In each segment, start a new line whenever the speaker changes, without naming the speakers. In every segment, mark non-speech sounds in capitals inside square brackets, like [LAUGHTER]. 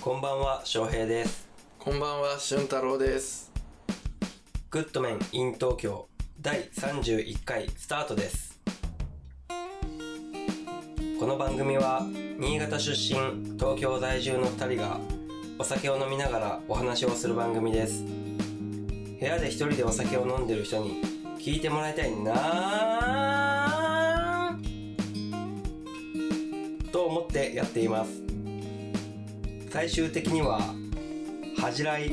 こんばんは、翔平です。
こんばんは、俊太郎です。
グッドメン in 東京第31回スタートです。この番組は、新潟出身、東京在住の2人が、お酒を飲みながらお話をする番組です。部屋で一人でお酒を飲んでる人に、聞いてもらいたいなーと思ってやっています。最終的には、恥じらい、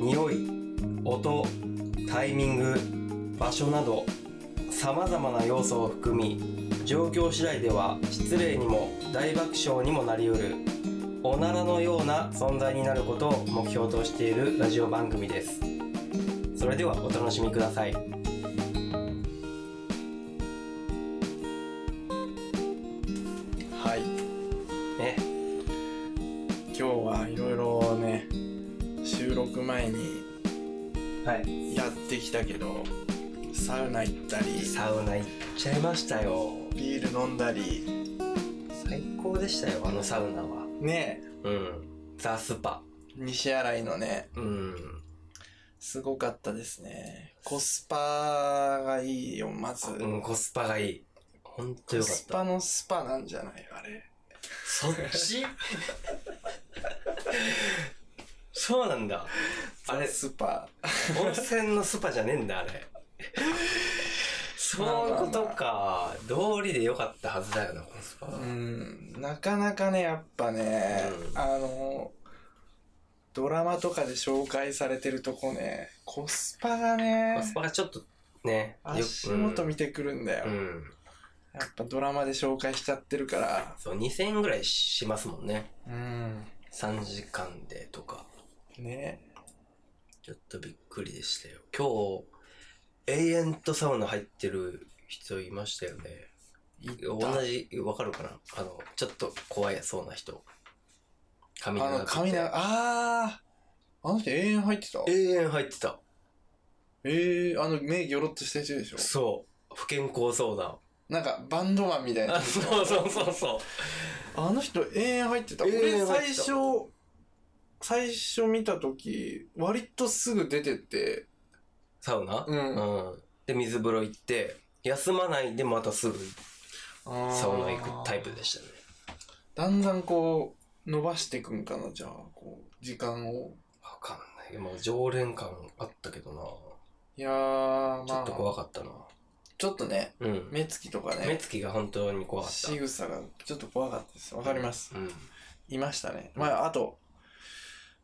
匂い、音タイミング場所などさまざまな要素を含み状況次第では失礼にも大爆笑にもなりうるおならのような存在になることを目標としているラジオ番組ですそれではお楽しみください
はい。
ね
今日はいろいろね、収録前に
はい
やってきたけど、サウナ行ったり、
サウナ行っちゃいましたよ
ビール飲んだり、
最高でしたよあのサウナは
ね
うんザ・スパ
西新井のね、
うん
すごかったですね。コスパがいいよ、まず。
うんコスパがいいほんと
コ
よかっ
ス
た
パのスパなんじゃないあれ。
そっちそうなんだ。あれ、
スパ。
温泉のスパじゃねえんだ、あれ。そういうことか。道理でよかったはずだよな、このスパ
う
は。
ん、なかなかね、やっぱね、
うん
あの、ドラマとかで紹介されてるとこね、コスパがね
コ、スパがちょっとね、よ
足元見
て。
てくるんだよ、
う
や
ん。
っぱドラマで紹介しちゃってるから。
そう、2000円ぐらいしますもんね。
うん。
3時間でとか。
ね。
ちょっとびっくりでしたよ。今日、永遠とサウナ入ってる人いましたよね。
行った
同じ、わかるかなあの、ちょっと怖いそうな人。髪
あ
長
の、
くて
髪な、あー。あの人永遠入ってた
永遠入ってた。
ええー、あの目ギョロッとした人でしょ
そう。不健康そうだ。 [LAUGHS]
なんかバンドマンみたいな
あ、。そうそうそうそう。
あの人永遠入ってた。
永遠入っ
俺
てた
最初、最初見たとき、割とすぐ出てって、
サウナ
うん
うん。で、水風呂行って、休まないでまたすぐサ
サ
ウナ行くタイプでしたね。
だんだんこう、伸ばしていくんかな、じゃあ、こう、時間を。
わかんない。もう常連感あったけどな。
いやー、まあ、
ちょっと怖かったな。
ちょっとね、
うん。
目つきとか
目
ね、
つきが本当に怖かった。
仕草がちょっと怖かったです。わかります。
うん。
いましたね。まあ、あと、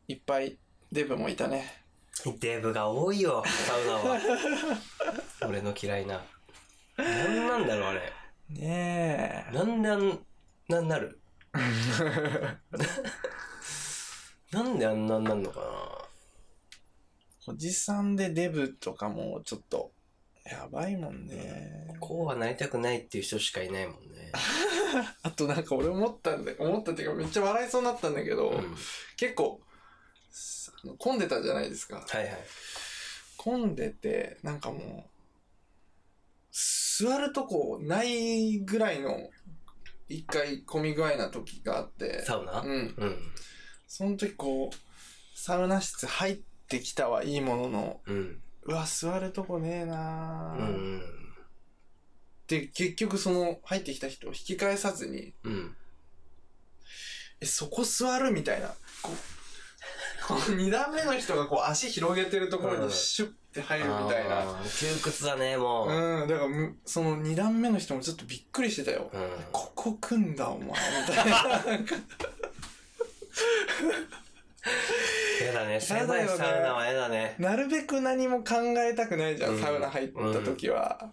いっぱいデブもいたね。
デブが多いよ、サウナは。俺の嫌いな。なんなんだろう、あれ。
ねえ。
なんであん、なんなるなんであんなんなんのか
おじさんでデブとかもちょっと、やばいもんね。
なこうはなりたくないっていう人しかいないもんね。
あとなんか俺思ったんだ思ったっていうかめっちゃ笑いそうになったんだけど、
うん
結構、すあの混んでたじゃないですか。
はいはい。
混んでて、なんかもう、座るとこないぐらいの、一回混み具合な時があって、
サウナ
うん。
うん。
その時こう、サウナ室入ってきたはいいものの、
うん。
うわ、座るとこねえ
う
なー
ん。
で、結局その入ってきた人を引き返さずに、
うん。
え、そこ座るみたいな。こう、こう二段目の人がこう足広げてるところ
うん
にシュッて入るみたいな。
あー。窮屈だね、もう。うん。
うん、だからむ、その二段目の人もちょっとびっくりしてたよ。ここ組んだ、お前。みた
[LAUGHS]
いな。なんか
やだね。
や
狭
だ
い
よね
サウナはやだね。
なるべく何も考えたくないじゃ、
うんん
サウナ入った時は。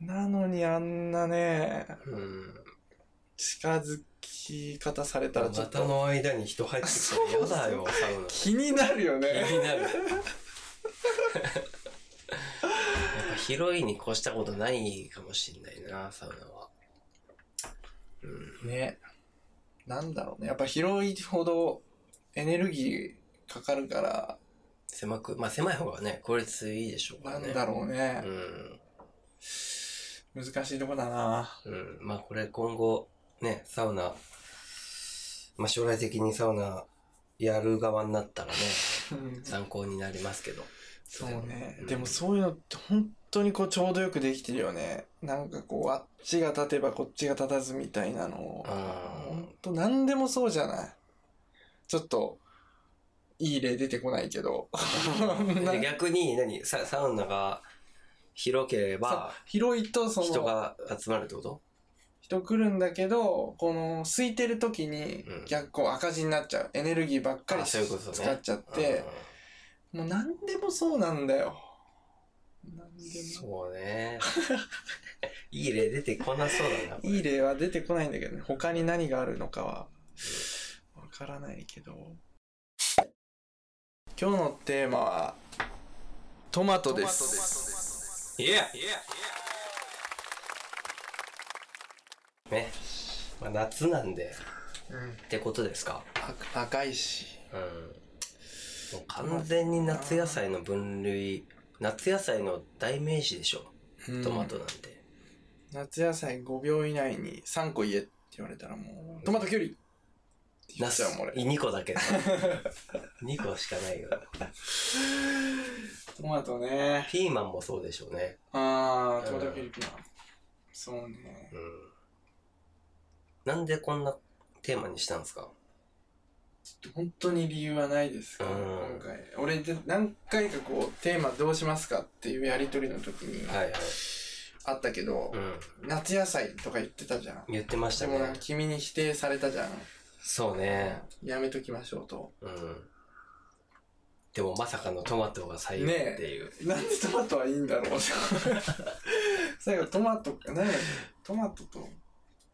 なのにあんなね、
うん。
近づき方されたらちょっ
股
と
の間に人入ってきたら
そう
やだよ、サウナ。
気になるよね。
気にな
[LAUGHS]
る。やっぱ広いに越したことないかもしんないな、サウナは。
ね。なんだろうね。やっぱ広いほどエネルギーかかるから、
狭く、まあ狭い方がね、効率いいでしょうか
な
ら
ん
ね。
だろうね。
うん。
難しいとこだな。
うん。まあこれ今後、ね、サウナ、まあ将来的にサウナやる側になったら
[LAUGHS]
ね、
うん
参考になりますけど。
そうね
う。ん
でもそういうのって本当にこうちょうどよくできてるよね。なんかこう、あっちが立てばこっちが立たずみたいなのを。
あー
ほんと何でもそうじゃない。ちょっと、いい例出てこないけど。な
で逆に何ササウナが広ければ
広いとその、
人が集まるってこと
人来るんだけど、この、空いてる時に
うん
逆こう赤字になっちゃう。エネルギーばっかり
あそういうことね
使っちゃって、もう何でもそうなんだよ。何
うん
でも。
そうねいい例出てこなそうだなこれ
いい例は出てこないんだけどね。他に何があるのかは、わからないけど。今日のテーマは、トマトです。
いやねまあ夏なんで
うん
ってことですか
あ赤いし。
うんもう完全に夏野菜の分類夏野菜の代名詞でしょトマトなんて、
夏野菜5秒以内に3個言えって言われたらもう、トマトキュウリって言
ナ
っ
ス
ちゃうもん俺。
2個だけ [LAUGHS] ど2個しかないよ
トマトね。
ピーマンもそうでしょうね
あー、トマトキュウリピーマン。そうね。
うんなんでこんなテーマにしたんですか
本当に理由はないですか、
うん
今回俺で何回かこうテーマどうしますかっていうやり取りの時に
はいはい、
あったけど、
うん、
夏野菜とか言ってたじゃん
言ってました
でもなん
ね
か君に否定されたじゃん、
そうね
やめときましょうと
うんでもまさかのトマトが採用っていう、
なんでトマトはいいんだ
[LAUGHS]
ろう最後トマト何やねんトマトと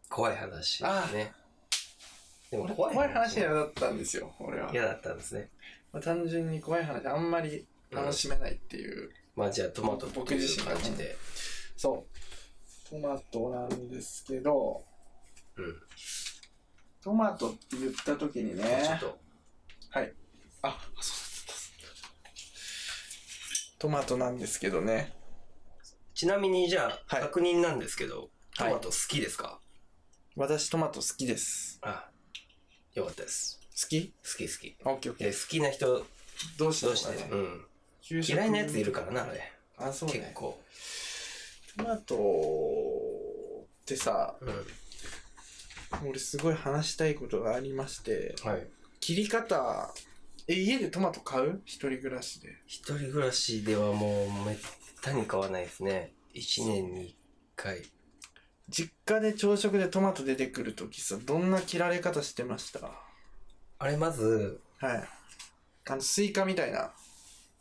怖い話
あ
ねでも
俺
怖
怖
い
い話嫌だったんですよ俺は
嫌だったんですね
まあ単純に怖い話あんまり楽しめないっていう、
まあじゃあトマト
僕自身が
感じで
そうトマトなんですけど
うん
トマトって言った時に
ちょ
ね
っと
あそうだったトマトなんですけどね
ちなみにじゃあ
はい
確認なんですけど、ト
はい
マト好きですか、
私トマト好きです
あよかったです
好き
好き好き
あオッケーオッケ
え好きな人
ーどうし
同士
た
で、
ね
うん、
給食
嫌いなやついるからなあれ、
あそう
結
ね
構、
トマトってさ
うん、
俺すごい話したいことがありまして
はい
切り方え家でトマト買う一人暮らしで
一人暮らしではもうめったに買わないですね1年に1回
実家で朝食でトマト出てくるときさどんな切られ方してました
あれまず
はい。あの、スイカみたいな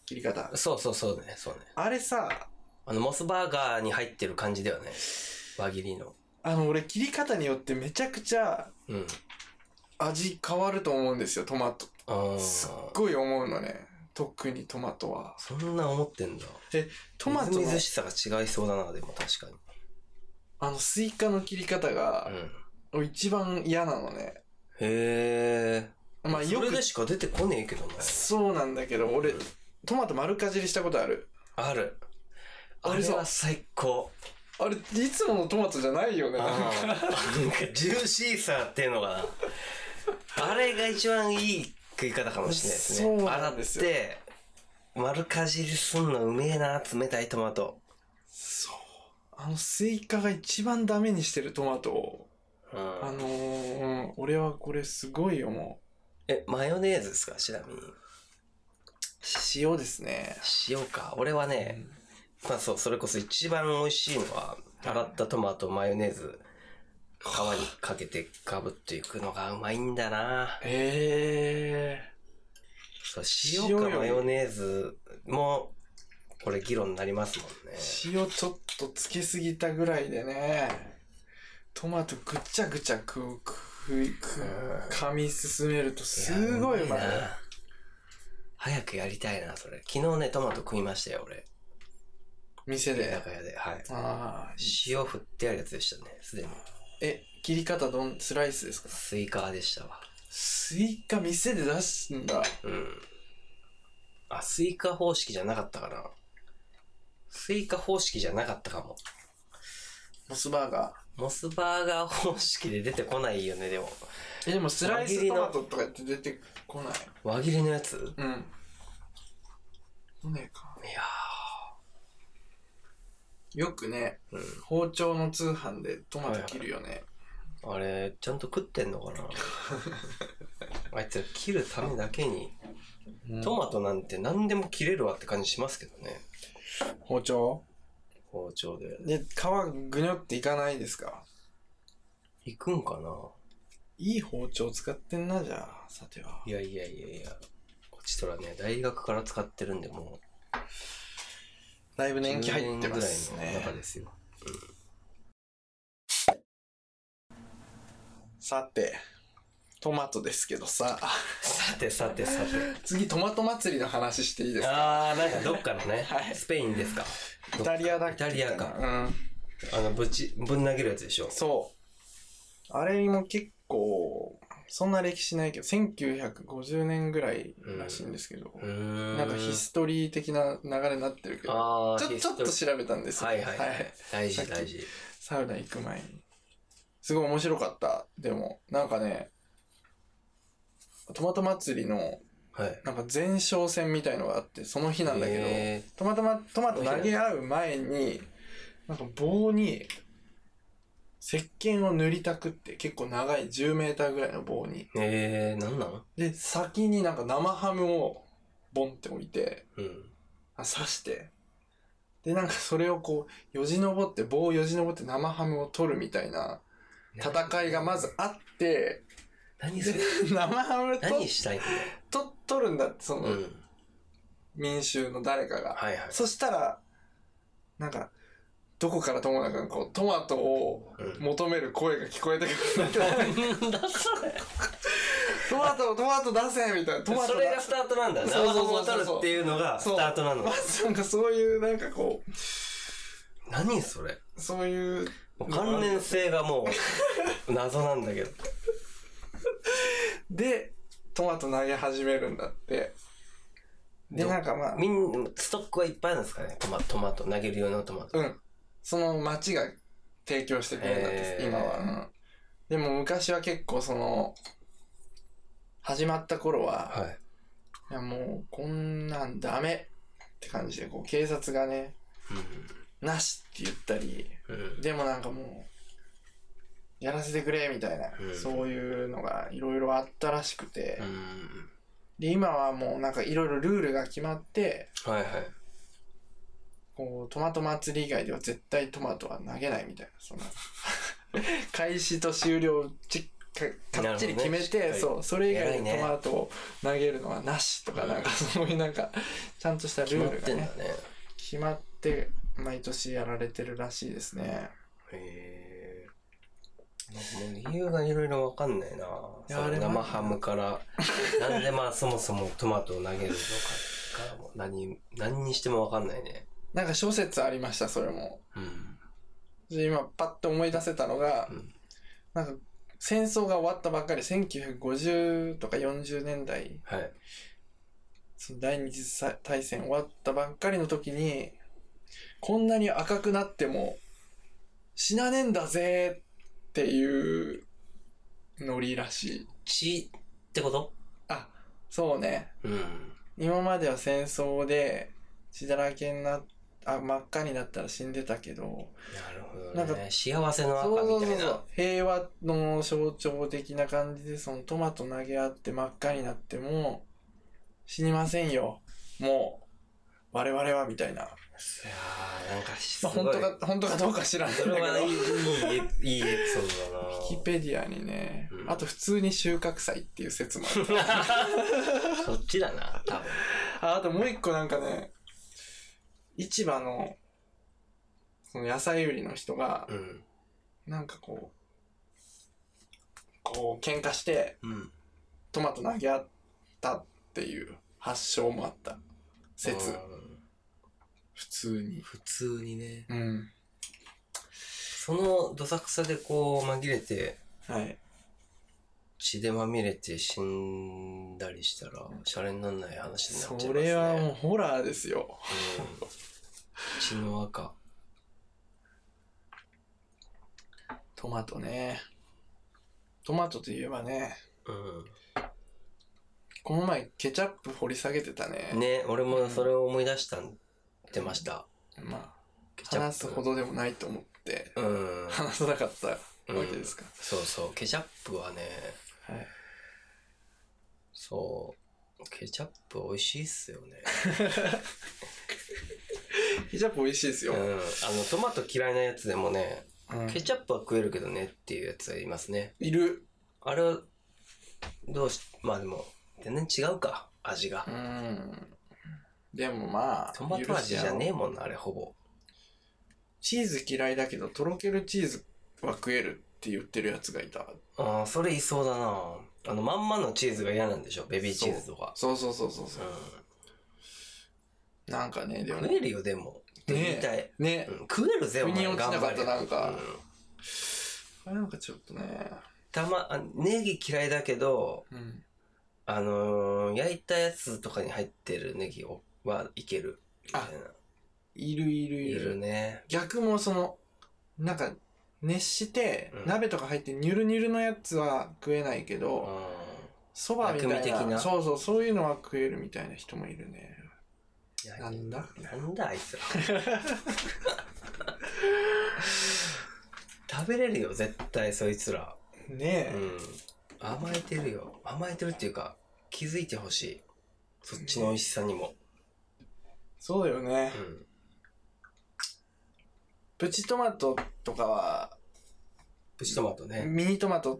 切り方。
そうそうそうねそうね
あれさ、
あのモスバーガーに入ってる感じではね輪切りの
あの、俺切り方によってめちゃくちゃ
うん
味変わると思うんですよ、トマト。
あー
すっごい思うのね。特にトマトは。
そんな思ってんだ
トマト
みずみ
の
ずしさが違いそうだなでも確かに
あの、スイカの切り方が
うん、へ
一番嫌なのね。
え
まあ、よ
それ
く
で、しか出てこねえけどな
そうなんだけど、俺、トマト丸かじりしたことある。
あるあ
俺
れ
さ
は最高
あれ、いつものトマトじゃないよね。
あーなんかジューシーさっていうのがなあれが一番いい食い方かもしれないですね
そうなんですよ
洗って丸かじりすんのうめえな冷たいトマト
そう。あの、スイカが一番ダメにしてるトマトを。
うん
あのーうん、俺はこれすごい思う。
えマヨネーズですかちなみに
塩ですね。
塩か俺はね、まあそうそれこそ一番美味しいのは洗ったトマトマヨネーズ皮にかけてかぶっていくのがうまいんだな
え
そう
塩
塩
より
かマヨネーズもこれ議論になりますもんね
ー、塩ちょっとつけすぎたぐらいでね、トマトぐちゃぐちゃ食う、食い、食う
うん、
噛み進めるとすごいうまい。
やな早くやりたいなそれ昨日ねトマト食いましたよ俺
店
居
で。
酒屋ではい
ああ、
塩振ってあるやつでしたねすでに
え、切り方どん、スライスですか
スイカでしたわ
スイカ店で出すんだ。
うんあスイカ方式じゃなかったかなスイカ方式じゃなかったかも
モスバーガ
モスバーガー方式で出てこないよねでも
えでもスライストマトとかって出てこない
輪切りのやつ
うん来ねえか
いや
よくね
ー、
包丁の通販でトマト切るよね、
うん、あれちゃんと食ってんの
[LAUGHS]
かなあいつら切るためだけにトマトなんて何でも切れるわって感じしますけどね
包丁
包丁で
で皮ぐにょっていかないですか
いくんかない
い包丁使ってんなじゃあさてはい
やいやいやいやこっちとらね大学から使ってるんでも
だいぶ
う
年季入って
10
ます
年ぐらいの
ね
中ですよ
さてトマトですけどさ
さてさてさて
次トマト祭りの話していいですか
あーなんかどっかのね、
[LAUGHS] はい
スペインですか
イタリアだっけ
イタリアか
うん
あのぶちぶん投げるやつでしょ
そう。あれも結構、そんな歴史ないけど、1950年ぐらいらしいんですけど、
うーん
なんかヒストリー的な流れになってるけど、
あー
ちょ
ヒス
ちょっと調べたんですよ
はいはい、はい、大事大事
サウナ行く前に。すごい面白かった。でも、なんかね、トマト祭りの、
はい
なんか前哨戦みたいのがあって、その日なんだけど、
え
トマトま、トマト投げ合う前に、なんか棒に、石鹸を塗りたくって、結構長い10メーターぐらいの棒
ー、
に。
えー、なんなん
で、先になんか生ハムをボンって置いて、
うん
あ刺して。で、なんかそれをこう、よじ登って、棒をよじ登って生ハムを取るみたいな戦いがまずあって、
何
で [LAUGHS]
それ
生ハム
何
取
したいんだよ
と取るんだって、そうの
ん
民衆の誰かが。
はいはい
そしたら、なんか、どこからともなくこう、トマトを
うん
求める声が聞こえてくるんだって。
なんだそれ
トマト、トマト出せみたいな。トマト
それがスタートなんだ
そう
生
そう
ハム
そ
を
うそう
取るっていうのがスタートなの
まずなんかそういう、なんかこう、
何それ
そういう、
もう関連性がも [LAUGHS] う謎なんだけど
で、トマト投げ始めるんだって。で、
ど
なんかまあ、
みんストックはいっぱいなんですかねトマトトマト投げる用のトマト
うん。その町が提供してくれるんだって、
へー
今は、うんでも昔は結構その、始まった頃は、
はい
いやもうこんなんダメって感じでこう警察がねなしって言ったり
うんうん
でもなんかもうやらせてくれみたいな、
うん
そういうのがいろいろあったらしくて、
うん
で今はもうなんかいろいろルールが決まって
はいはい
こうトマト祭り以外では絶対トマトは投げないみたいなその [LAUGHS] 開始と終了をちかかっちり決めて、
なるほどねしっかり
そうそれ以外
偉
で
いね
トマトを投げるのはなしとか、なんかそういうなんかちゃんとしたル
決まっ
ール
て
が
ん
ね
だね
決まって毎年やられてるらしいですね
へえもう理由がいろいろわかんないなそ
あ
の
れは
生ハムからなんでまあそもそもトマトを投げるのかからもう何何にしてもわかんないね
なんか諸説ありましたそれも
うん
で今パッと思い出せたのが、
うん
なんか戦争が終わったばっかり1950とか40年代
はい
その第二次さ大戦終わったばっかりの時にこんなに赤くなっても死なねえんだぜっていうノリらしい
血ってこと
あそうね
うん
今までは戦争で血だらけになっあ真っ赤になったら死んでたけど
なるほどね
なんか
幸せの
そうそ
赤
う
みた
そう
い
そう
な
平和の象徴的な感じでそのトマト投げ合って真っ赤になっても死にませんよもう我々はみたいな、
いやーなんかす
まあ、
ごい
本当か本当かどうか知らない
そ
んだ
れ
け
は
ど
いい
ウ
いいいいエピソードだな
ィキペディアにね、
うん
あと普通に収穫祭っていう説もある
そっちだな多分
[LAUGHS] ああともう一個なんかね市場のその野菜売りの人が、
うん
なんかこう、こう、喧嘩して、
うん
トマト投げ合ったっていう発祥もあった。説
う。ん
普通に。
普通にね
うん。
そのどさくさでこう紛れて
はい。
血でまみれて死んだりしたらシャレにならない話になっちゃい
そ
ますね
れはもう
う、
ホラーですよ。
ん、血の赤
トマトね。トマトといえばね、
う
この前ケチャップ掘り下げてたね。
ん。ね、俺もそれを思い出したん、出ました。
ま
ケ
あ、
チャップ
話すほ。どでもないと思って、
うん。
話さなかったわけですか。
そうそう、ケチャップはね、
はい。
そう、ケチャップ美味しいっすよね。
ケチャップ美味しいです
うん。
よ
あ。の、トマト嫌いなやつでもね、
うん
ケチャップは食えるけどねっていうやつがいますね。
いる。
あれは、どうし、まあでも、全然違うか、味が
う。ん。でもまあ、
トマト味じゃねえ
許
もんな、あれほぼ。
しちゃうチーズ嫌いだけど、とろけるチーズは食えるって言ってるやつがいた。
ああ、それいそうだな。あの、まんまのチーズが嫌なんでしょ、ベビーチーズとか。
そうそうそうそうそうう。なんかね、でも
ん。食
ね。
えるよ、でも。って言いたい。
ね
う。ん、食えるぜ、お
腑
前
に落ちなか
頑
った
張れ
なんか
うん
これなんかちょっとね。
たま、あネギ嫌いだけど、
うん。
あのー、焼いたやつとかに入ってるネギをはいける。みたいな。
いるいるい
い
る。
るね。
逆もその、なんか、熱して、
うん
鍋とか入ってニュルニュルのやつは食えないけ
うん
ど、。そばみたいな
薬味的な
そうそう、そういうのは食えるみたいな人もいるね。なんだ
なんだあい
[LAUGHS]
つら。食べれるよ、絶対そいつら。
ね
う
え、
ん。甘えてるよ。甘えてるっていうか、気づいてほしい。そっちの美味しさにも。
そうだよね。
うん。
プチトマトとかは、
プチトマトね。
ミニトマト、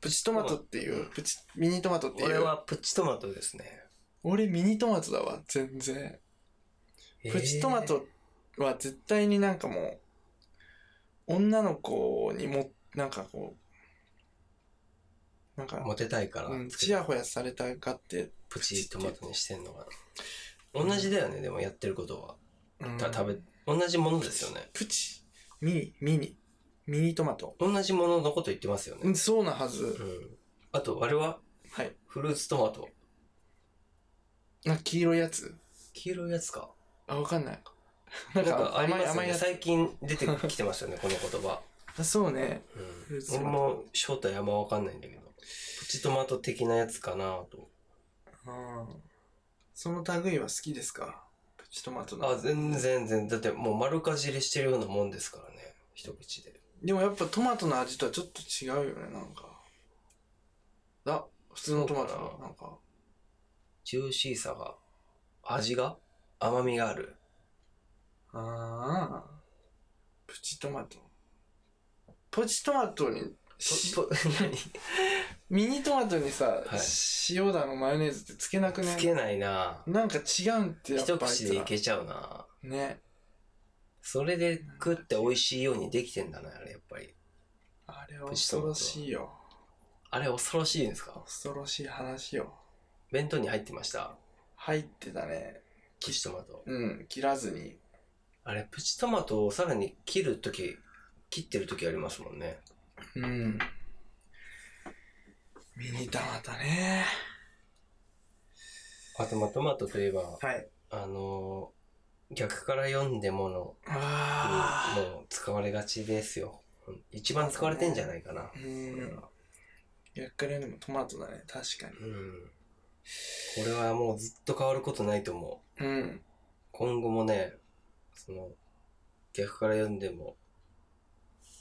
プチトマトっていう、
うん
プチ、ミニトマトっていう。
俺はプチトマトですね。
俺ミニトマトだわ、全然。プチトマ
えー
トは絶対になんかもう、女の子にも、なんかこう、なんか、
モテたいから
うん、
作
ち
る
やほやされたがって、
プチトマトにしてんのが同じだよねでもやってることは、
うん
た食べ同じものですよね
プチ、ミニ、ミニ、ミニトマト。
同じもののこと言ってますよ
う
ね
ん、そうなは
う
ず。
んあとあれは
はい。
フルーツトマト
な、黄色いやつ。
黄色いやつか
あ、わかんない。 [LAUGHS] な
なんん
か
かあり
甘
ま
い、
すよ
甘い
ね
やつ。
最近出てきてますよねこの言葉、
あそうね。フ
う
ル
ん
ーツ、ト
俺
マト
も正体あんま分かんないんだけどプチトマト的なやつかなと
うん。その類は好きですかプチトマトの。
あ全然全然だってもう丸かじりしてるようなもんですからね一口で
でもやっぱトマトの味とはちょっと違うよね、なんか。あ、普通のトマト
そうか
の、
な
なんか。
ジューシーさが味が甘みがある
ああ。プチトマト。プチトマトに、し
とと何
ミニトマトにさ、
い
塩だのマヨネーズってつけなくね
つけないな
なんか違うんってやっ
一
ぱあい
口
つ
で
ら
いけちゃうな
ね。
それで食って美味しいようにできてんだなあれやっぱり
あれは恐ろしいよ。
あれ恐ろしいんですか
恐ろしい話よ。
弁当に入ってました
入ってたね。
プチトマト
うん、切らずに。
あれプチトマトをさらに切るとき切ってるときありますもんね
うん。ミニトマトね。
あとまあトマトといえば
はい。
あのー逆から読んでもの
あ
にもう使われがちですようん一番使われてんじゃないかな
あ。う
これは
ん。逆から言うのもトマトだね。確か
うんこれはもうずっと変わることないと思う
に。うん。
今後もね、その、逆から読んでも、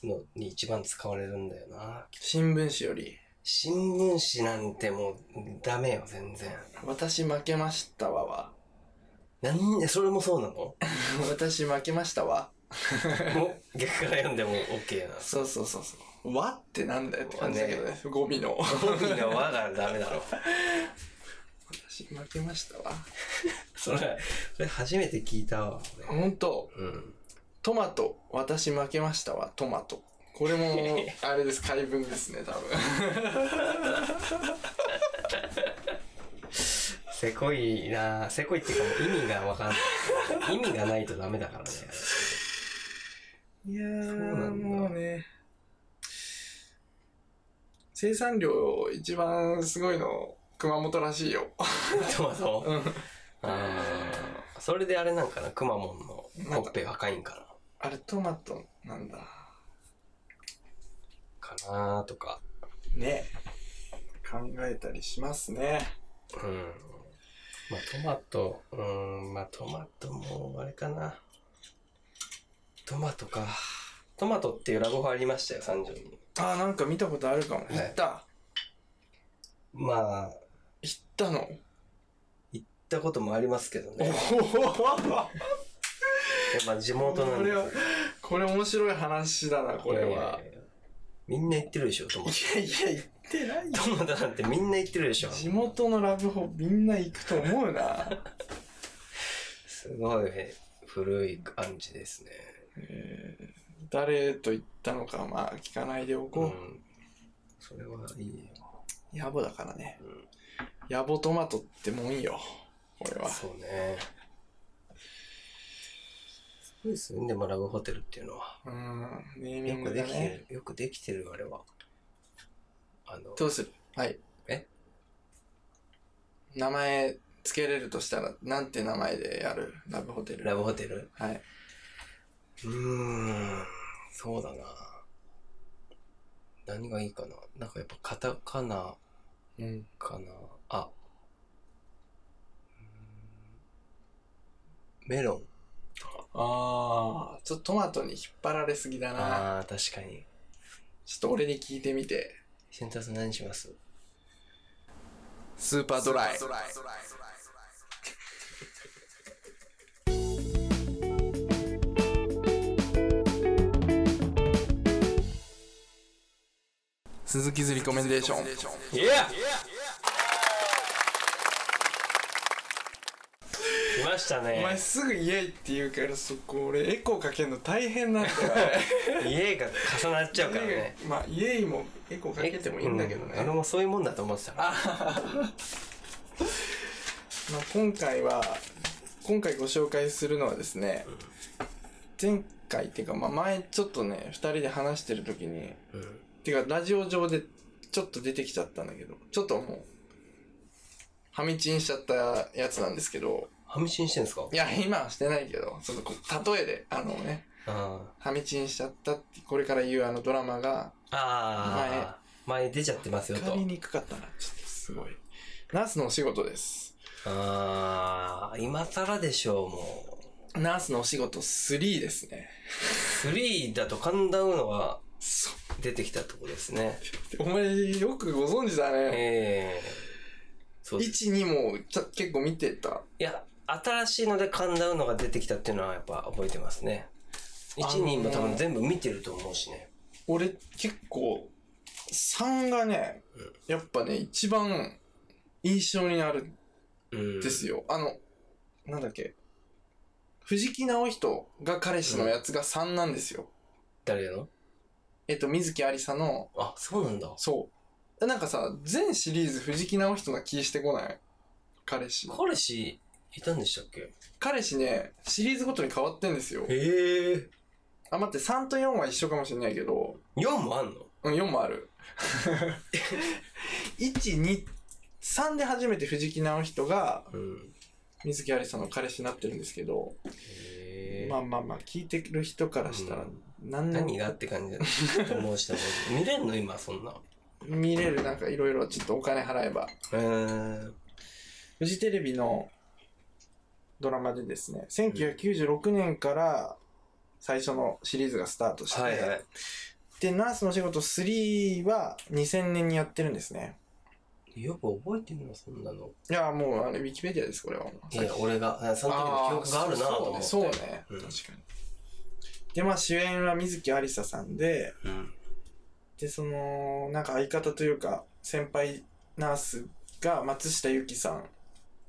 のに一番使われるんだよな。
新聞紙より、
新聞紙なんてもうダメよ、全然。
私負けましたわ [LAUGHS] は。
なんで、それもそうなのも
私負けましたわ。
う逆から読んでも OK な。
そうそうそうそう。和ってなんだよって感じだけどね。ゴミの。
本人の輪がダメだろ。
私負けましたわ。
それ、それ初めて聞いたわ。俺
ほんと、
うん。
トマト、私負けましたわ、トマト。これ [LAUGHS] も、あれです、解文ですね、多分。
せこいなせこいっていうかもう意味がわかんない。意味がないとダメだからね。
いやー
そうなんだ
もうね。生産量一番すごいの、熊本らしいよ。
トマト。
うん。
あーそれであれなんかな、くまモンのほっぺが赤いんかな。
あれ、トマトなんだ。
かなーとか。
ね考えたりしますね。
うん。まあ、トマト、うん、まあ、トマトも、あれかな。トマトか。トマトっていうラブホありましたよ、三条に。
あーなんか見たことあるかも。
い
行った
まあ、行っ
行ったの
たこともありますけど
お
ね。
お
やっぱ地元なんで
これはこれ面白い話だな、これは。。
いやいやいやみんな行ってるでしょ、トマト。
いやいや、行ってないよ。
トマトなんてみんな行ってるでしょ。
地元のラブホみんな行くと思うな。
すごい古い感じですね。
えー誰と行ったのか、まあ聞かないでお
う
こ
ん。それはいいよ。
う。野暮だからね。
うん
野暮トマトってもんよ。これは。
そうね。すごいですね、でもラブホテルっていうのは。
うん、ネーミ
よく
ング
で
だ
きて
ね。
る、よくできてる、あれは。あの、
どうするはい。
え
名前つけれるとしたら、なんて名前でやるラブホテル。
ラブホテル
はい。
うーん、そうだな。何がいいかな。なんかやっぱカタカナ
うん。
かな。あ、うーんメロン。
ああ、ちょっとトマトに引っ張られすぎだな。
ああ、確かに。
ちょっと俺に聞いてみて。
俊太さん何します
スーパードライ。鈴木ズリコメンデーション。
いや来ました
お前
ね。
すぐ家って言うからそこ俺エコーかけるの大変なんだよ。
家が重なっ [LAUGHS] ちゃうからね。
まあ家にもエコーかけてもいいんだけどね。
うん俺もそういうもんだと思ってたから。
まあ、今回は今回ご紹介するのはですね前回っていうか、まあ、前ちょっとね2人で話してる時に
うん
てかラジオ上でちょっと出てきちゃったんだけどちょっともうはみちんしちゃったやつなんですけど
ハミチンしてんすか
いや今はしてないけどちょっとこう例えであのね
あ
はみちんしちゃったってこれから言うあのドラマが
あ。ああ。前出ちゃってますよ
分
と
か。りにくかったなちょっとすごいナースのお仕事です
ああ。今更でしょう、も
ナースのお仕事3ですね
う。3だと神田うのが
そう
出てきたとこですね。
[LAUGHS] お前よくご存知だね。
ええそうです。
1、2もちゃ結構見てた。
いや、新しいので神田うのが出てきたっていうのはやっぱ覚えてますね。
あの
1、
ー
2も多分全部見てると思うしね。
俺結構3がね、やっぱね、一番印象になるん
うん。
ですよ。あの、なんだっけ。藤木直人が彼氏のやつが3なんですよ。
誰の
えっと、水木ありさの、
あ、そうなんだ。
そう。なんかさ、全シリーズ藤木直人な気してこない彼氏。
彼氏いたんでしたっけ
彼氏ね、シリーズごとに変わってんですよ。
ええ
あ、待って、3と4は一緒かもしれないけど、
四4もあんの
うん、4も
[LAUGHS]
ある。1、2、3で初めて藤木直人が
うん。
水木有沙の彼氏になってるんですけど、
へえ
まあまあまあ、聞いてる人からしたら
うん
何でも
何がって感じだと思うし [LAUGHS] な見れんの今そんな。
見れる、なんかいろいろちょっとお金払えば。
えー、
フジテレビのドラマでですね、1996年から最初のシリーズがスタートして、
はいはい。
で、ナースの仕事3は2000年にやってるんですね。
よく覚えてるのそんなの。
いや、もうあれ、ウィキペディアです、これは。
いや、俺が、あその時の記憶があるなと思って。
あーそうねそうね、
うん
確かにでまあ主演は水木有沙さんで
うん。
でそのなんか相方というか先輩ナースが松下由紀さん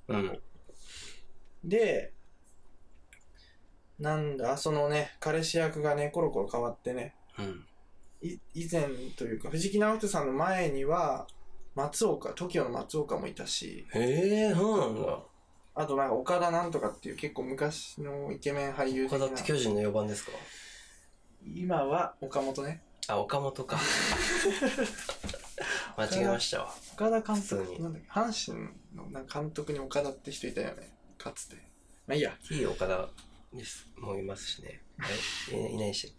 うん。
でなんだそのね彼氏役がねコロコロ変わってね
うん。
い以前というか藤木直人さんの前には松岡 TOKIO の松岡もいたし
へえ、そうなんだ。
あとなんか岡田なんとかっていう結構昔のイケメン俳優的
岡
な
田って巨人の4番ですか
今は岡本ね
あ、岡本
[LAUGHS]
か。間違えましたわ。
岡田監
普通
督
に
なんだっけ阪神のなんか監督に岡田って人いたよねかつてまあいいや
T 岡田ですもいますしね。えいないでしたっ
[LAUGHS]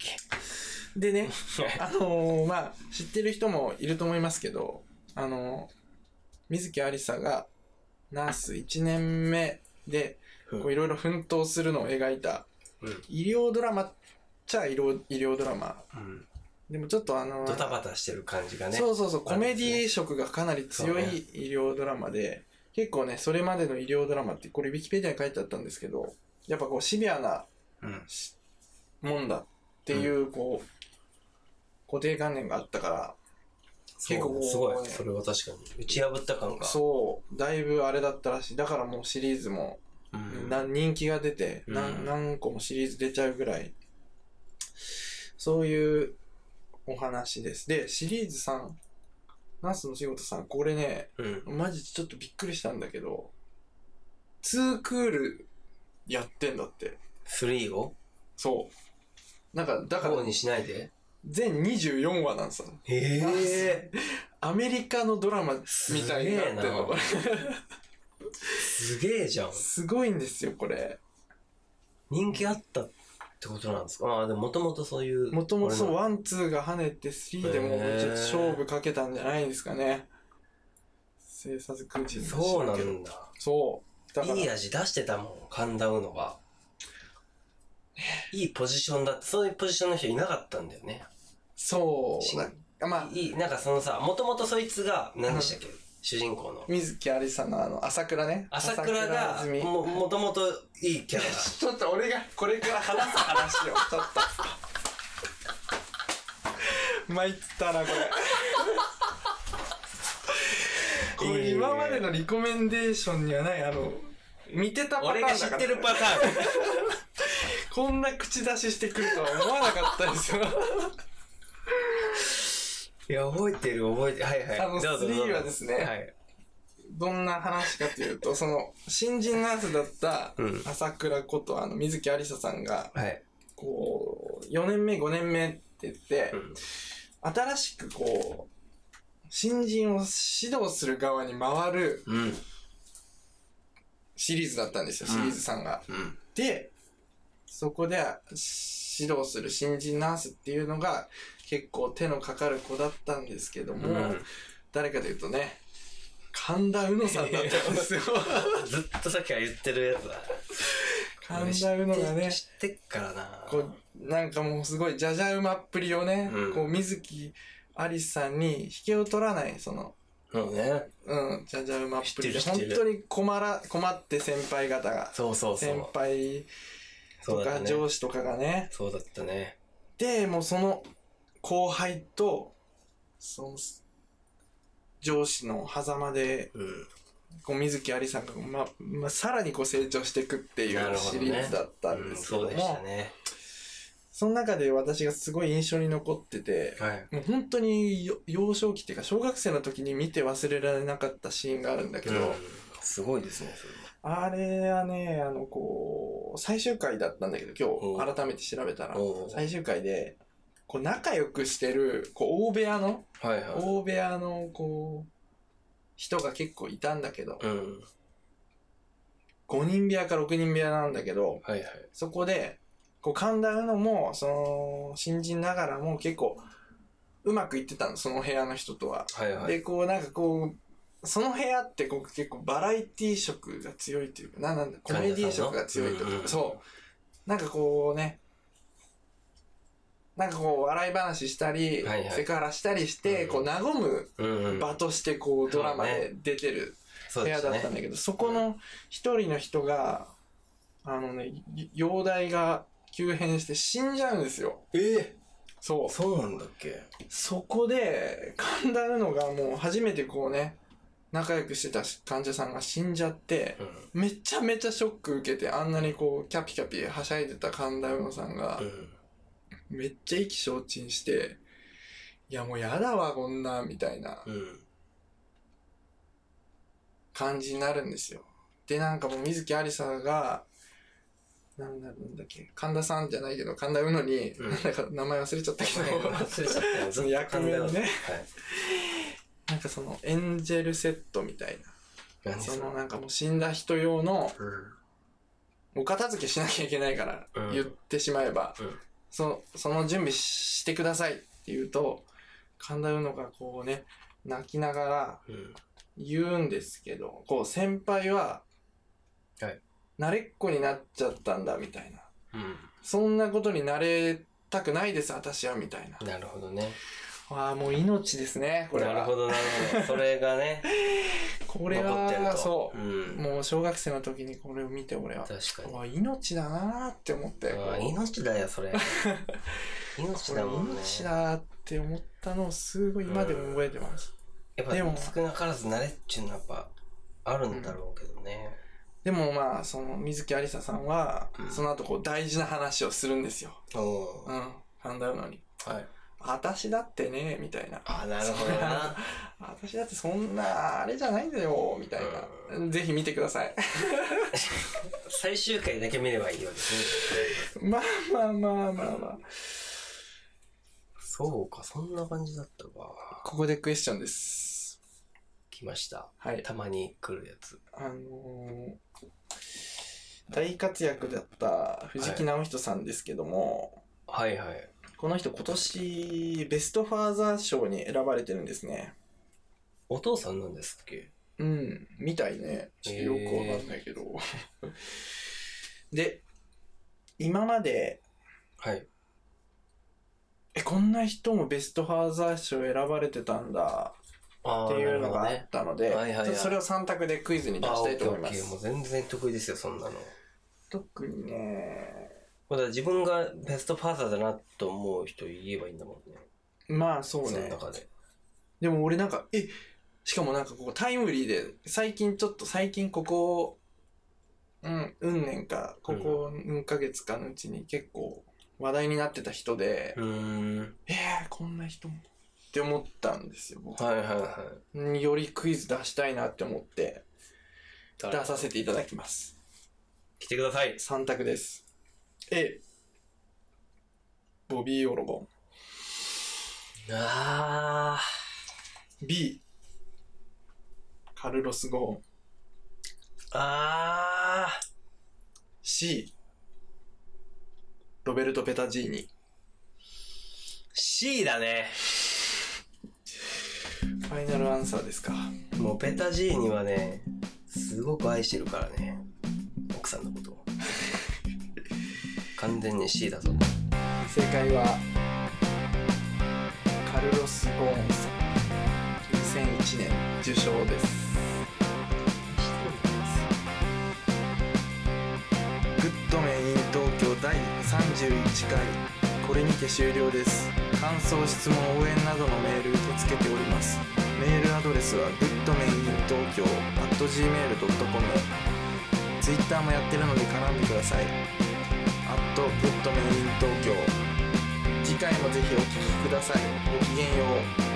け [LAUGHS]
でね、あのーまあ、知ってる人もいると思いますけど、あのー水木有沙がナース1年目で、こういろいろ奮闘するのを描いた
うん、
医療ドラマっちゃ医療医療ドラマ。
うん、
でもちょっとあのー
ドタバタしてる感じがね
そうそうそう、
あ
コ
るんで
メ
すね
ディ色がかなり強い
そうね
医療ドラマで、結構ね、それまでの医療ドラマって、これウィキペディアに書いてあったんですけど、やっぱこうシビアな
うん
もんだっていう、こう、固定観念があったから、結構こう
すごいそれは確かに打ち破った感が
そう、だいぶあれだったらしい。だからもうシリーズも、
うん
な人気が出て、
うん
なん、何個もシリーズ出ちゃうぐらい、そういうお話です。で、シリーズさん、ナースの仕事さん、これね、
うん
マジちょっとびっくりしたんだけど、2クールやってんだって。
3を
そう。なんか、だから
方、にしないで
全24話なんさ。
へえ
アメリカのドラマみたいになっ
すげえ
てん
な
の、これ。
すげえじゃん
すごいんですよ、これ。
人気あったってことなんですかああでももともとそういう
もともとそう、
俺の
ワン、ツーが跳ねて、スリーでもう
へー
ちょっと勝負かけたんじゃないですかね。制作空人だし
そうなんだ
そう。だから、
いい味出してたもん神田うのがいいポジションだってそういうポジションの人いなかったんだよね
そう
し
だ。まあ、
いいなんかそのさもともとそいつが何でしたっけ主人公の
水木有沙のあの、朝倉ね。
朝倉が
朝泉
ももともといいキャラだ
ちょっと俺がこれから話す話をちょっと参ったなこ
[LAUGHS]
れ [LAUGHS] こ
いい
れ
ね
今までのリコメンデーションにはないあの見てたパターン
俺
だか
が
ら
知ってるパターン
こんな口出ししてくるとは思わなかったですよ
[LAUGHS] いや、覚えてる、覚えてる。はいはい。
あの
どうぞどうぞ
3はですね
はい。
[LAUGHS] どんな話かというとその新人ナースだった
うん
朝倉ことあの水木有沙さんが
はい。
こう4年目5年目って言って、
うん
新しくこう新人を指導する側に回る
うん。
シリーズだったんですよ、
うん
シリーズさんが。
うん。
でそこでし指導する新人ナースっていうのが結構手のかかる子だったんですけども、
うん
誰かで言うとね神田うのさんだったんで
[LAUGHS]
すよ。
ずっとさっきから言ってるやつだ。
神田うのがね
知って知ってっからな。
こうなんかもうすごいじゃじゃ馬っぷりをね、
うん
こう水木有りさんに引けを取らないその
そうね。
うん、じゃじゃ馬っぷりで、
知って
本
る知ってる
当に困ら、困って先輩方が、
そうそうそ
先
う。
輩
そ
と
うだ
か
ったね。
上司とかがね、
そうだったね。
で、もうその後輩と、その、上司の狭間で、
うん。
こう、水木有さんが、ま、まあ、さらにこう成長していくってい
な
う
るほ
シ
どね
リーズだったん
う
で
ん
すけ
そ
ど
う
も、
でしたね。
その中で私がすごい印象に残ってて、
はい。
もう本当によ幼少期っていうか、小学生の時に見て忘れられなかったシーンがあるんだけ
う
ど、
ん。すごいですね、それ
あれはね、あの、こう、最終回だったんだけど、
お
今
う
日改めて調べたら
お、う
最終回で、こう、仲良くしてる、こう、大部屋の、
は。はいはい。
大部屋の、こう、人が結構いたんだけど、
うん。
5人部屋か6人部屋なんだけど、
はいはい。
そこで、こう、神田うのも、その、新人ながらも結構、うまくいってたの、その部屋の人とは。
はいはい。
で、こう、なんかこう、その部屋ってこう結構バラエティ色が強いというか、ななんだ、コメディ色が強いと
うん
い
うん
う
う
か、
ん
そう。なんかこうね、なんかこう、笑い話したり、
はいはい
セクハラしたりし
う
て、
ん
こう、和む
うんうん。
場として、こう、ドラマ
そう
で出てる
そう
部
で
屋
し
だ
た
ったん
ね。
だけど、そこの一人の人が、あのね、容体が急変して死んじゃうんですよ。
ええ
そう。
そうなんだっけ
そこで、神田うのがもう初めてこうね、仲良くしてた患者さんが死んじゃって、
うん。
めちゃめちゃショック受けて、あんなにこう、キャピキャピはしゃいでた神田うのさんが
う、ん。
めっちゃ意気消沈して、いやもうやだわ、こんな、みたいな
うん。
感じになるんですよ。で、なんかもう水木有りさが、なんだなんだっけ、神田さんじゃないけど、神田うのに、
うん
なんか名前忘れちゃったけど、
忘れちゃったよ
[LAUGHS] その役目をね。
はい。
なんかそのエンジェルセットみたいな。
何
そ
そ
の
の
なんかもう死んだ人用の
うん。
お片付けしなきゃいけないから
うん
言ってしまえば、
うん
そのその準備してくださいって言うと神田うのがこうね泣きながら
うん
言うんですけどこう先輩は、
はい
慣れっこになっちゃったんだみたいな
う、
そんなことになれたくないです私はみたいなん
なるほどね
ああもう命ですねこれは
なるほどなるほどそれがね
[LAUGHS] これ
残ってる
は
と
そうう、
ん、
もう小学生の時にこれを見て俺は
確かに
うわ命だなーって思って
あー命だよそ
[LAUGHS]
れ命
これ
だもんね
命だーって思ったのをすごい今でも覚えてます、
やっぱ
でも
少なからず慣れっちゅうのはやっぱあるんだろうけどね、
でもまあその水木有沙さんは、
うん
その後こう大事な話をするんですよ
お
う
お
ん神田うのに
はい
私だってねみたいな
あーなるほどな
私だってそんなあれじゃないんだよみたいな、ぜひ見てください [LAUGHS]
最終回だけ見ればいいわけですね
まあまあまあまあまあ
そうかそんな感じだったか
ここでクエスチョンです
来ました
はい
たまに来るやつ
あのー大活躍だった藤木直人さんですけども、
はいはい
この人今年ベストファーザー賞に選ばれてるんですね
お父さんなんですっけ
うんみたいねちょっとよくわかんないけど、で今まで
はい
えこんな人もベストファーザー賞選ばれてたんだ
あ
っていうのがあ
ね
ったの
なる
で、
ほどねはいはいはい
ちょっとそれを3択でクイズに出
あ
した
ー
いと思いま
オッケーオッケーも
す
う全然得意ですよそんなの
特にね
まだ自分がベストパーサーだなと思う人言えばいいんだもんね
まあそう
その
ね
中で
でも俺なんかえしかもなんかここタイムリーで最近ちょっと最近ここうんうん年かここ何ヶ月かのうちに結構話題になってた人で、
うーん
えー、こんな人もって思ったんですよ僕
はいはいはい
よりクイズ出したいなって思って出
誰
させていただきます
来てください
3択です。A、ボビー・オロゴ
ああ
ン。B、カルロス・ゴーン。
あ
C、ロベルト・ペタジーニ。
ー C だね
ファイナルアンサーですか。
もうペタジーニはねすごく愛してるからね奥さんのことを完全に C だぞ
正解は、カルロス・ゴーンさん。2001年受賞です。グッドメン in 東京第31回これにて終了です感想質問応援などのメール受け付けておりますメールアドレスはグッドメン in 東京 at gmail.com ツイッターもやってるので絡んでくださいアットグッドメン in 東京次回もぜひお聴きくださいごきげんよう